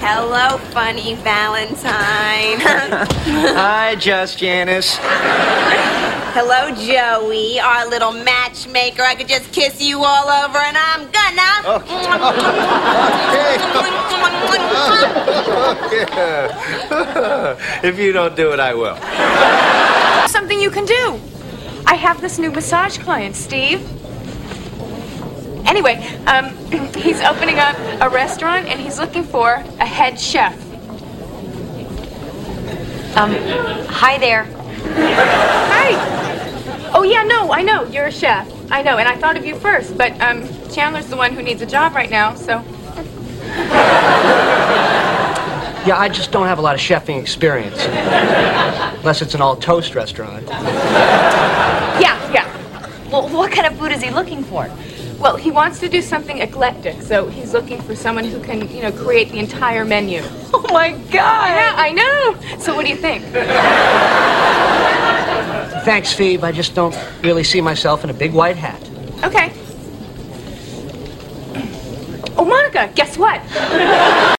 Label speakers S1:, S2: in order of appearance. S1: Hello, funny Valentine.
S2: Hi, Just Janice.
S1: Hello, Joey, our little matchmaker. I could just kiss you all over, and I'm gonna.
S2: If you don't do it, I will.
S3: Something you can do. I have this new massage client, Steve. Anyway, um, he's opening up a restaurant and he's looking for a head chef. Um,
S4: Hi there.
S3: Hi. Oh yeah, no, I know you're a chef. I know, and I thought of you first, but um, Chandler's the one who needs a job right now, so.
S5: Yeah, I just don't have a lot of chefing experience. Unless it's an all toast restaurant.
S3: Yeah, yeah.
S4: Well, what kind of food is he looking for?
S3: Well, he wants to do something eclectic, so he's looking for someone who can, you know, create the entire menu.
S4: Oh my
S3: Yeah,
S4: God! Uh,
S3: I know. So what do you think?
S5: Thanks, Phoebe. I just don't really see myself in a big white hat.
S3: Okay. Oh, Monica, guess what?